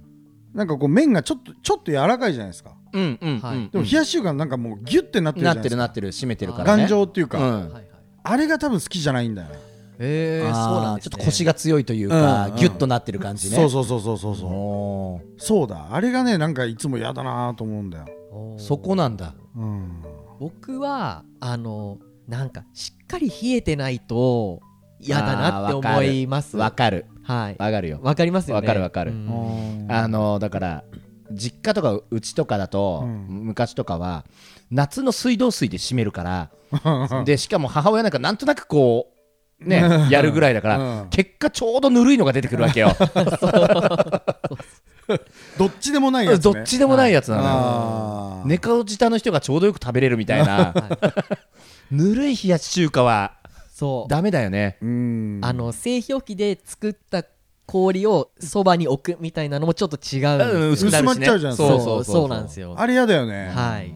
Speaker 4: なんかこう麺がちょっとちょっと柔らかいじゃないですか
Speaker 3: うんうん
Speaker 2: はい
Speaker 4: でも冷やし中華なんかもうギュッてなってるじ
Speaker 3: な
Speaker 4: ゃ
Speaker 3: っ
Speaker 4: ない
Speaker 3: て
Speaker 4: です
Speaker 3: る
Speaker 4: か
Speaker 3: なってる締めてるからね
Speaker 4: 頑丈っていうか、
Speaker 3: うん
Speaker 2: はいはい
Speaker 4: あれが多分好きじゃないんだよね
Speaker 2: えー、そうなん
Speaker 3: あー
Speaker 2: で
Speaker 3: ち
Speaker 2: す
Speaker 3: ょ
Speaker 2: ね
Speaker 3: っと腰が強いというか、
Speaker 4: うんうん
Speaker 3: ギュッとなってる感じね
Speaker 4: そうそうそうそうそうそう
Speaker 3: おー
Speaker 4: そうだあれがねなんかいつも嫌だなと思うんだよ
Speaker 2: おー
Speaker 3: そこなんだ
Speaker 4: うん
Speaker 2: 僕はあのなんかしっかり冷えてないと嫌だなって思います
Speaker 3: わかる
Speaker 2: はい
Speaker 3: わかるよ
Speaker 2: わかりますよね
Speaker 3: わかるわかる
Speaker 2: うん
Speaker 3: あのだから実家とかうちとかだと、
Speaker 4: うん
Speaker 3: 昔とかは夏の水道水で締めるからでしかも母親なんかなんとなくこうねやるぐらいだから、
Speaker 4: うん
Speaker 3: 結果ちょうどぬるいのが出てくるわけよ
Speaker 4: どっちでもないやつ、
Speaker 3: ど
Speaker 4: ね、
Speaker 3: っちでもないやつなのよ、
Speaker 4: あー
Speaker 3: 寝かおじたの人がちょうどよく食べれるみたいな、ぬるい冷やし中華は
Speaker 2: そう
Speaker 3: ダメだよね
Speaker 4: うん
Speaker 2: あの製氷機で作った氷をそばに置くみたいなのもちょっと違うんですよ、
Speaker 3: うん薄くなるしね
Speaker 4: 薄まっちゃうじゃん
Speaker 3: そう
Speaker 2: そ
Speaker 3: そうう
Speaker 2: そうなんですよ
Speaker 4: あれ嫌だよね、
Speaker 2: はい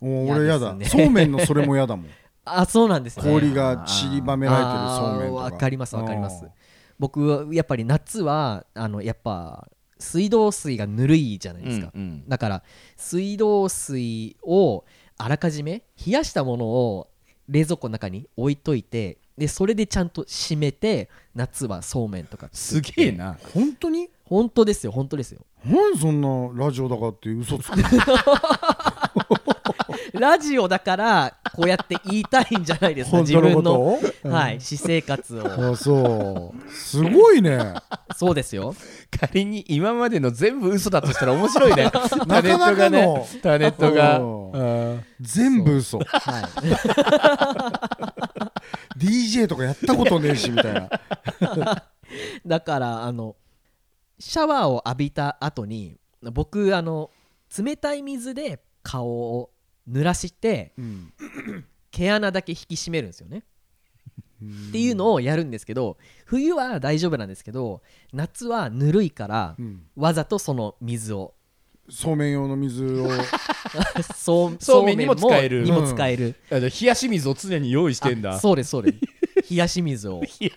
Speaker 4: もう俺
Speaker 2: 嫌
Speaker 4: 嫌だ
Speaker 2: ですね
Speaker 4: そうめんのそれも嫌だもん
Speaker 2: あそうなんですね
Speaker 4: 氷がちりばめられてるそうめんとか
Speaker 2: あーわかりますわかります
Speaker 4: うん
Speaker 2: 僕はやっぱり夏はあのやっぱ水道水がぬるいじゃないですか、
Speaker 3: うんうん
Speaker 2: だから水道水をあらかじめ冷やしたものを冷蔵庫の中に置いといてでそれでちゃんと締めて夏はそうめんとか
Speaker 3: すげえな
Speaker 4: 本当に
Speaker 2: 本当ですよ本当ですよ
Speaker 4: なんでそんなラジオだからって嘘つくの
Speaker 2: ラジオだからこうやって言いたいんじゃないですか自分の、
Speaker 4: 本当こ と
Speaker 2: はい、私生活を
Speaker 4: あそうすごいねな
Speaker 2: そうですよ
Speaker 3: 仮に今までの全部嘘だとしたら面白いねタ
Speaker 4: か
Speaker 3: ネッ
Speaker 4: な
Speaker 3: ト
Speaker 4: か
Speaker 3: がね
Speaker 4: の
Speaker 3: タネット
Speaker 4: うん
Speaker 3: がうん
Speaker 4: 全部嘘
Speaker 2: はい
Speaker 4: DJ とかやったことねえしみたいな
Speaker 2: だからあのシャワーを浴びた後に僕あの冷たい水で顔を濡らして
Speaker 4: うん
Speaker 2: 毛穴だけ引き締めるんですよねっていうのをやるんですけど冬は大丈夫なんですけど夏はぬるいから
Speaker 4: うん
Speaker 2: わざとその水を
Speaker 4: そうめん用の水を
Speaker 2: そう
Speaker 3: そうめんにも
Speaker 2: そう
Speaker 3: 使える
Speaker 2: にも使える
Speaker 3: あの冷やし水を常に用意してんだ
Speaker 2: あそうですそうです 冷やし水をい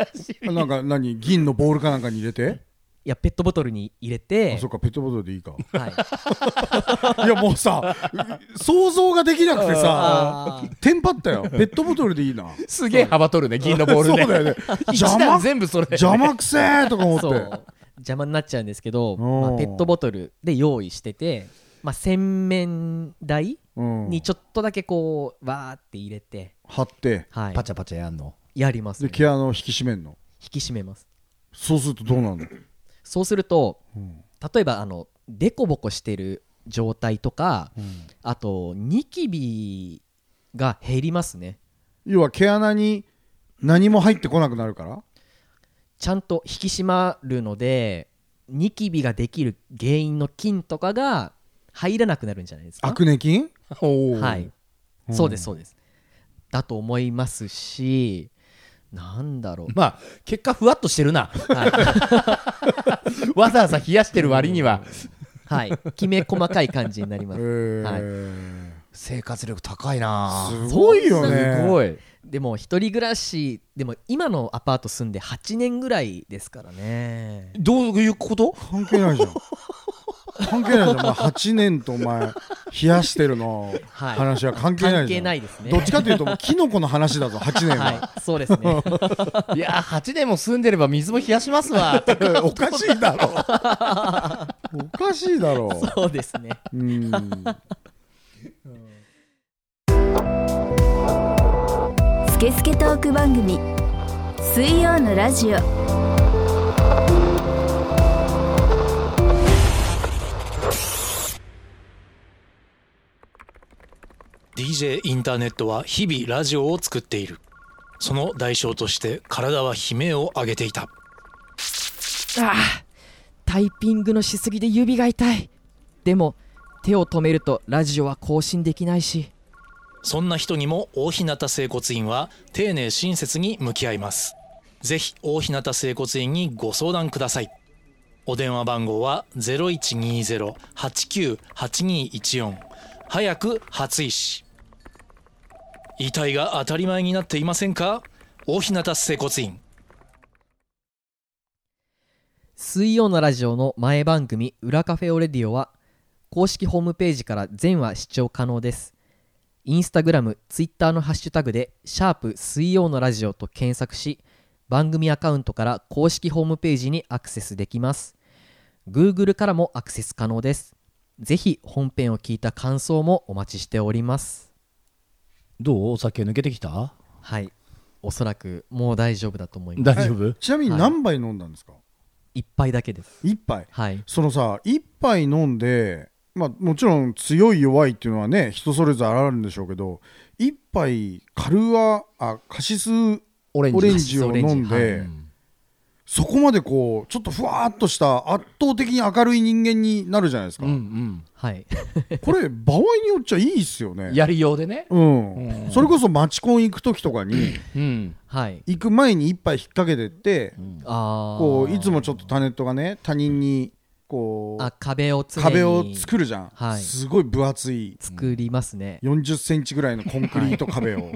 Speaker 4: なんか何銀のボールかなんかに入れて
Speaker 2: やペットボトルに入れ
Speaker 4: あ
Speaker 2: て
Speaker 4: そっかペットボトルでいいか
Speaker 2: はい
Speaker 4: いやもうさ 想像ができなくてさ
Speaker 2: あー
Speaker 4: テンパったよペットボトルでいいな
Speaker 3: すげえ幅取るね銀のボール
Speaker 4: そう
Speaker 3: ね
Speaker 4: だよね
Speaker 3: 一
Speaker 4: 邪
Speaker 3: 段
Speaker 4: 魔
Speaker 3: 全部それ
Speaker 4: 邪魔くせえとか思って
Speaker 2: そう邪魔になっちゃうんですけど、
Speaker 4: ん
Speaker 2: まあ、ペットボトルで用意してて、まあ、洗面台
Speaker 4: うん
Speaker 2: にちょっとだけこうわーって入れて、
Speaker 4: 貼って
Speaker 2: はい、
Speaker 3: パチャパチャやんの
Speaker 2: やります、
Speaker 4: で
Speaker 2: ね、
Speaker 4: 毛穴を引き締めんの
Speaker 2: 引き締めます
Speaker 4: そうするとどうなるの
Speaker 2: そうすると
Speaker 4: うん
Speaker 2: 例えばあのデコボコしてる状態とか、
Speaker 4: うん
Speaker 2: あとニキビが減りますね
Speaker 4: 要は毛穴に何も入ってこなくなるから
Speaker 2: ちゃんと引き締まるのでニキビができる原因の菌とかが入らなくなるんじゃないですか
Speaker 4: アクネ菌
Speaker 2: はい、そうですそうですだと思いますしなんだろう、
Speaker 3: まあ結果ふわっとしてるな わざわざ冷やしてる割には
Speaker 2: はい、きめ細かい感じになりま
Speaker 4: へ
Speaker 2: す、
Speaker 4: ー
Speaker 2: はい、
Speaker 3: 生活力高いな
Speaker 4: すごいよね
Speaker 3: すごい
Speaker 2: でも一人暮らしでも今のアパート住んで8年ぐらいですからね
Speaker 3: どういうこと
Speaker 4: 関 係ないじゃん関係ないじゃん、まあ、8年とお前冷やしてるの
Speaker 2: はい
Speaker 4: 話は関係な
Speaker 2: 関
Speaker 4: いじゃ
Speaker 2: 係
Speaker 4: ん、
Speaker 2: ないですね
Speaker 4: どっちかという ともうキノコの話だぞ8年は、
Speaker 2: はいそうですね
Speaker 3: いやー8年も住んでれば水も冷やしますわ
Speaker 4: おかしいだろ おかしいだろ
Speaker 2: そうですね
Speaker 4: ううん
Speaker 1: スケスケトーク番組水曜のラジオ
Speaker 5: 「DJ インターネット」は日々ラジオを作っているその代償として体は悲鳴を上げていた
Speaker 2: ああタイピングのしすぎで指が痛いでも手を止めるとラジオは更新できないし
Speaker 5: そんな人にも大日向整骨院は丁寧親切に向き合いますぜひ大日向整骨院にご相談くださいお電話番号は0120-89-8214早く初医師遺体が当たり前になっていませんか大日向整骨院
Speaker 2: 水曜のラジオの前番組「裏カフェオレディオ」は公式ホームページから全話視聴可能ですインスタグラムツイッターのハッシュタグで「シャープ水曜のラジオ」と検索し番組アカウントから公式ホームページにアクセスできます Google からもアクセス可能ですぜひ本編を聞いた感想もお待ちしております
Speaker 3: どうお酒抜けてきた
Speaker 2: はいおそらくもう大丈夫だと思います
Speaker 3: 大丈夫
Speaker 4: ちなみに
Speaker 2: はい
Speaker 4: 何杯飲んだんですか、
Speaker 2: 一杯だけです
Speaker 4: 一杯
Speaker 2: はい
Speaker 4: そのさ一杯飲んでまあもちろん強い弱いっていうのはね人それぞれあるんでしょうけど一杯カルアあカシスオ
Speaker 3: オレンジ
Speaker 4: レンジを飲ん
Speaker 2: カシスオレ
Speaker 4: で、そこまでこうちょっとふわーっとした圧倒的に明るい人間になるじゃないですか、
Speaker 3: うんうん
Speaker 2: はい
Speaker 4: これ場合によっちゃいいっすよね
Speaker 3: やりようでね
Speaker 4: うん
Speaker 3: うん
Speaker 4: それこそ街コン行く時とかに
Speaker 3: うん
Speaker 2: はい
Speaker 4: 行く前に一杯引っ掛けてって、
Speaker 2: あー
Speaker 4: こういつもちょっとタネットがね他人にこ
Speaker 2: あ
Speaker 4: う
Speaker 2: 壁を常に
Speaker 4: 壁を作るじゃん、
Speaker 2: はい
Speaker 4: すごい分厚い
Speaker 2: 作りますね、
Speaker 4: 4 0センチぐらいのコンクリート壁を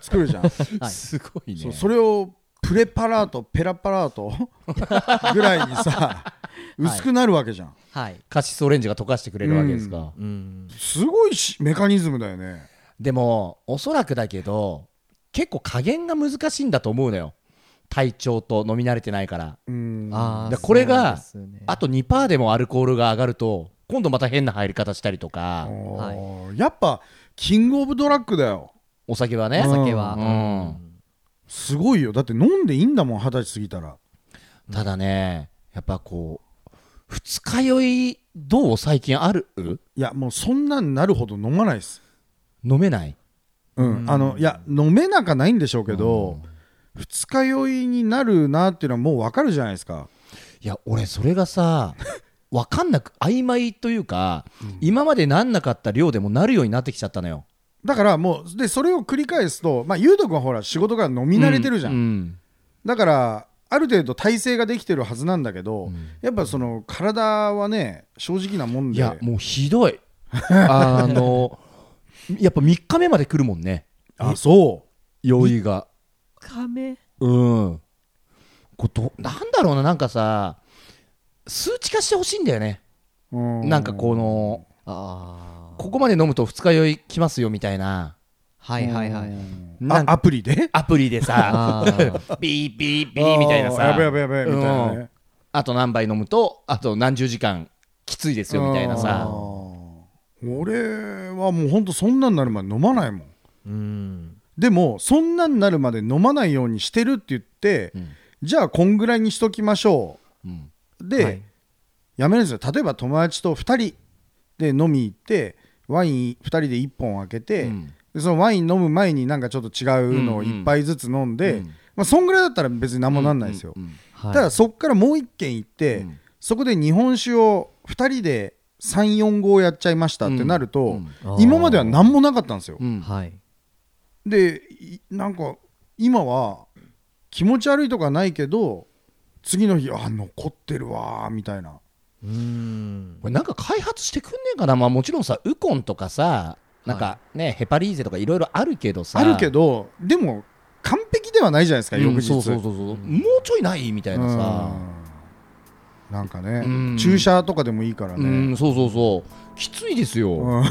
Speaker 4: 作るじゃ ん、
Speaker 2: はい
Speaker 3: すごい
Speaker 4: そう
Speaker 3: ね
Speaker 4: それをプレパラートペラパラ ートぐらいにさ薄くなるわけじゃん、
Speaker 2: はい
Speaker 3: カシスオレンジが溶かしてくれるわけですか、
Speaker 2: うん
Speaker 4: すごいしメカニズムだよね
Speaker 3: でもおそらくだけど結構加減が難しいんだと思うのよ体調と飲み慣れてないから
Speaker 4: うん
Speaker 2: あ
Speaker 3: で
Speaker 2: あ
Speaker 3: これが
Speaker 2: そうですね
Speaker 3: あと2%でもアルコールが上がると今度また変な入り方したりとか
Speaker 4: おーやっぱキングオブドラッグだよ
Speaker 3: お酒は
Speaker 4: う
Speaker 3: ね
Speaker 4: ん
Speaker 2: お酒は、
Speaker 3: うん
Speaker 4: すごいよだって飲んでいいんだもん二十歳過ぎたら
Speaker 3: ただねやっぱこう二日酔いどう最近ある
Speaker 4: いやもうそんなんなるほど飲まないです
Speaker 3: 飲めない
Speaker 4: うん、あのいや飲めなかないんでしょうけど、二日酔いになるなっていうのはもうわかるじゃないですか
Speaker 3: いや俺それが さわかんなく曖昧というか、今までなんなかった量でもなるようになってきちゃったのよ
Speaker 4: だからもうでそれを繰り返すとまあ優斗君はほら仕事から飲み慣れてるじゃん、
Speaker 3: う
Speaker 4: だからある程度体制ができてるはずなんだけど、やっぱその体はね正直なもん
Speaker 3: い
Speaker 4: で
Speaker 3: やもうひど いあのやっぱ3日目まで来るもんね
Speaker 4: あそ
Speaker 3: 酔いが
Speaker 2: 亀
Speaker 3: うんこうどなんだろうななんかさ数値化してほしいんだよね
Speaker 4: う、う
Speaker 3: なんかこの
Speaker 2: あ
Speaker 3: ここまで飲むと二日酔いきますよみたいな
Speaker 2: あはいはいはい
Speaker 3: な
Speaker 4: あ
Speaker 3: んか
Speaker 4: アプリで
Speaker 3: アプリでさ
Speaker 2: あー
Speaker 3: ビービービーみたいなさ
Speaker 4: あーやべやべやべみたいな
Speaker 3: うん
Speaker 4: ね
Speaker 3: あと何杯飲むとあと何十時間きついですよみたいな
Speaker 4: あ
Speaker 3: さ
Speaker 4: ー俺はもうほんとそんなんなるまで飲まないもん
Speaker 2: うん
Speaker 4: でもそんなんなるまで飲まないようにしてるって言って、
Speaker 3: うん
Speaker 4: じゃあこんぐらいにしときましょ
Speaker 3: うん
Speaker 4: うで、
Speaker 2: はい
Speaker 4: やめるんですよ例えば友達と2人で飲み行ってワイン2人で1本開けて、
Speaker 3: うん
Speaker 4: でそのワイン飲む前になんかちょっと違うのを
Speaker 3: うんうん
Speaker 4: 1杯ずつ飲んで、
Speaker 3: うん
Speaker 4: まあ、そんぐらいだったら別に何もなんないですよ、
Speaker 3: うん
Speaker 2: はい、
Speaker 4: ただそっからもう1軒行って、
Speaker 3: うん
Speaker 4: そこで日本酒を2人で34合やっちゃいましたってなると、
Speaker 3: うん
Speaker 2: うん
Speaker 4: 今までは何もなかったんですよ、
Speaker 3: うん
Speaker 2: はい
Speaker 4: でいなんか今は気持ち悪いとかないけど次の日あ残ってるわーみたいな
Speaker 2: うん
Speaker 3: これなんか開発してくんねえかなまあもちろんさウコンとかさなんかね、ヘパリーゼとかいろいろあるけどさ
Speaker 4: あるけどでも完璧ではないじゃないですか
Speaker 3: うん
Speaker 4: 翌日、
Speaker 3: そうそうそうそう、もうちょいないみたいなさ
Speaker 4: うんなんかね、
Speaker 3: うん
Speaker 4: 注射とかでもいいから
Speaker 3: うん、
Speaker 4: ね、
Speaker 3: そうそうそうきついですよ、
Speaker 4: うん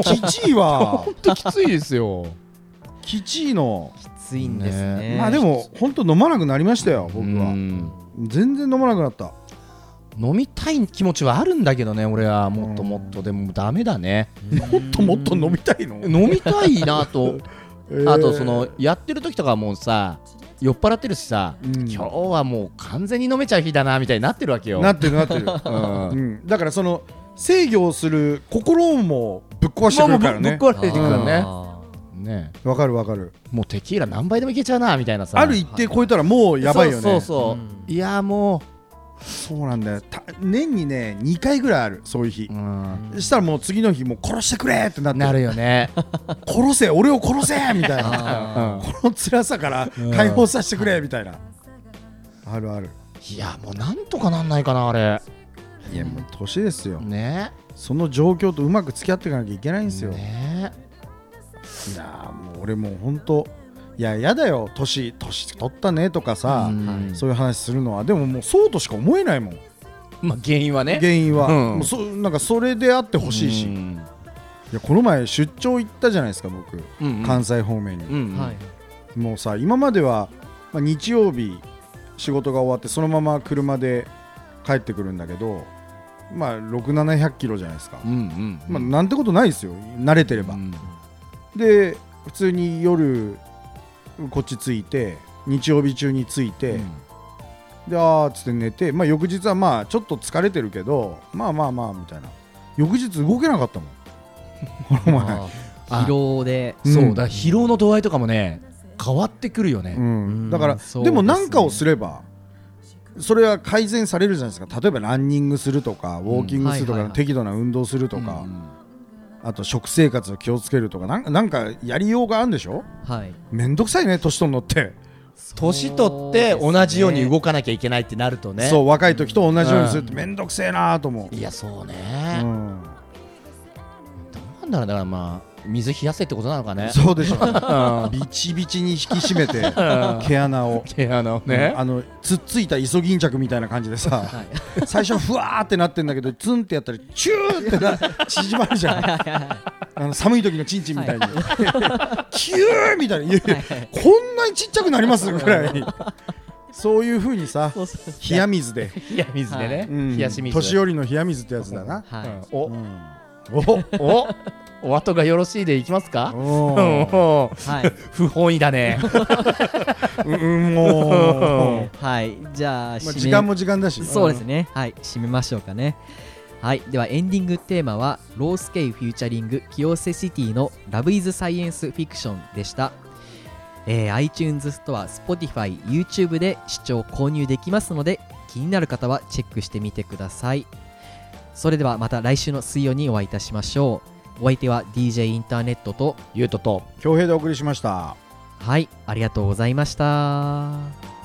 Speaker 4: きちいわ
Speaker 3: ほんときついですよ
Speaker 4: きちいの、
Speaker 2: きついんですね
Speaker 3: ね
Speaker 4: まあでも本当飲まなくなりましたよ 僕
Speaker 3: う
Speaker 4: は
Speaker 3: ん
Speaker 4: 全然飲まなくなった
Speaker 3: 飲みたい気持ちはあるんだけどね俺はもっともっとでもダメだね
Speaker 4: もっともっと飲みたいの、
Speaker 3: 飲みたいなと
Speaker 4: えー
Speaker 3: あとそのやってる時とかはもうさ酔っ払ってるしさ、
Speaker 4: うん
Speaker 3: 今日はもう完全に飲めちゃう日だなみたいになってるわけよ
Speaker 4: なってる なってる
Speaker 3: うん
Speaker 4: うん、だからその制御をする心もぶっ壊してくるからね
Speaker 3: もうぶぶっ壊れていくからね
Speaker 2: あー
Speaker 3: ね
Speaker 4: わかるわかる
Speaker 3: もうテキーラ何杯でもいけちゃうなみたいなさ
Speaker 4: ある一定超えたらもうやばいよね
Speaker 3: そうそうそう、いやも
Speaker 4: そうなんだよた年にね2回ぐらいあるそういう日
Speaker 3: う、う、ん、
Speaker 4: したらもう次の日もう殺してくれってなって
Speaker 3: なるよ ね、
Speaker 4: 殺せ俺を殺せ みたいな
Speaker 3: うん、
Speaker 4: この辛さから解放させてくれみたいなあるある
Speaker 3: いやもうなんとかなんないかなあれ
Speaker 4: いやもう年ですよ
Speaker 3: ね
Speaker 4: その状況とうまく付き合っていかなきゃいけないんですよ、
Speaker 3: ね
Speaker 4: いやーもう俺もう本当いややだよ年年取ったねとかさ、
Speaker 3: うん
Speaker 4: そういう話するのはでももうそうとしか思えないもん
Speaker 3: まあ原因はね
Speaker 4: 原因は、
Speaker 3: うん
Speaker 4: もうそなんかそれであってほしいし、
Speaker 3: う
Speaker 4: い
Speaker 3: ん
Speaker 4: やこの前出張行ったじゃないですか僕、
Speaker 3: うん
Speaker 4: 関西方面に、
Speaker 3: うん
Speaker 2: はい
Speaker 4: もうさ今までは、まあ、日曜日仕事が終わってそのまま車で帰ってくるんだけどまあ6700キロじゃないですか、
Speaker 3: うんうん
Speaker 4: まあ、なんてことないですよ慣れてれば、
Speaker 3: うん
Speaker 4: で普通に夜こっち着いて日曜日中に着いて、であーっつって寝て、まあ、翌日はまあちょっと疲れてるけどまあまあまあみたいな翌日動けなかったもんこの前
Speaker 2: あー疲労で
Speaker 4: うん
Speaker 3: そうだ疲労の度合いとかもね変わってくるよね、
Speaker 4: うん、
Speaker 2: ん
Speaker 4: だから
Speaker 2: そう
Speaker 4: でも
Speaker 2: ですね
Speaker 4: 何かをすればそれは改善されるじゃないですか例えばランニングするとかウォーキングすると
Speaker 2: うんはいはいは
Speaker 4: か
Speaker 2: い
Speaker 4: 適度な運動するとか、
Speaker 3: うん
Speaker 4: あと食生活を気をつけるとかなんなんかやりようがあるんでしょ
Speaker 2: はい
Speaker 4: めんどくさいね年とんのって、
Speaker 3: 年取って同じように
Speaker 2: く
Speaker 3: 動かなきゃいけないってなるとね
Speaker 4: そう若い時と同じようにするってめんどくせえなーと思う、
Speaker 3: いやそう
Speaker 4: う
Speaker 3: ね、
Speaker 4: ん、
Speaker 3: なんだろうだからまあ水冷やせってことなのかね
Speaker 4: そうでしょビチビチに引き締めて毛穴を
Speaker 3: 毛穴をね、
Speaker 4: あのつっついたイソギンチャクみたいな感じでさ最初ふわーってなってんだけどツンってやったらチューってな縮まるじゃんあの寒い時のチンチンみたいにキューみたいないやいやこんなにちっちゃくなりますぐらいそういうふうにさ
Speaker 2: そうそう
Speaker 4: 冷や水で
Speaker 3: 冷や水でね、
Speaker 4: うん
Speaker 3: 冷やし水
Speaker 4: 年寄りの冷や水ってやつだな
Speaker 2: はい、
Speaker 3: うんお、
Speaker 4: うん
Speaker 3: おおお後がよろしいでいきますか
Speaker 4: お
Speaker 3: うん
Speaker 4: ー
Speaker 3: おー
Speaker 2: はい
Speaker 3: 不本意だね
Speaker 4: うんもう
Speaker 2: はい、じゃあ、
Speaker 4: まあ
Speaker 2: 締め
Speaker 4: 時間も時間だし
Speaker 2: そうですね、はい、締めましょうかね。はい、ではエンディングテーマは、ロースケイフューチャリング清瀬シティのラブイズサイエンスフィクションでした。えー iTunes ストア、Spotify、YouTube で視聴購入できますので、気になる方はチェックしてみてください。それではまた来週の水曜にお会いいたしましょう。お相手は DJ インターネットと、
Speaker 3: ゆうとと
Speaker 4: 恭平でお送りしました
Speaker 2: はい、ありがとうございました。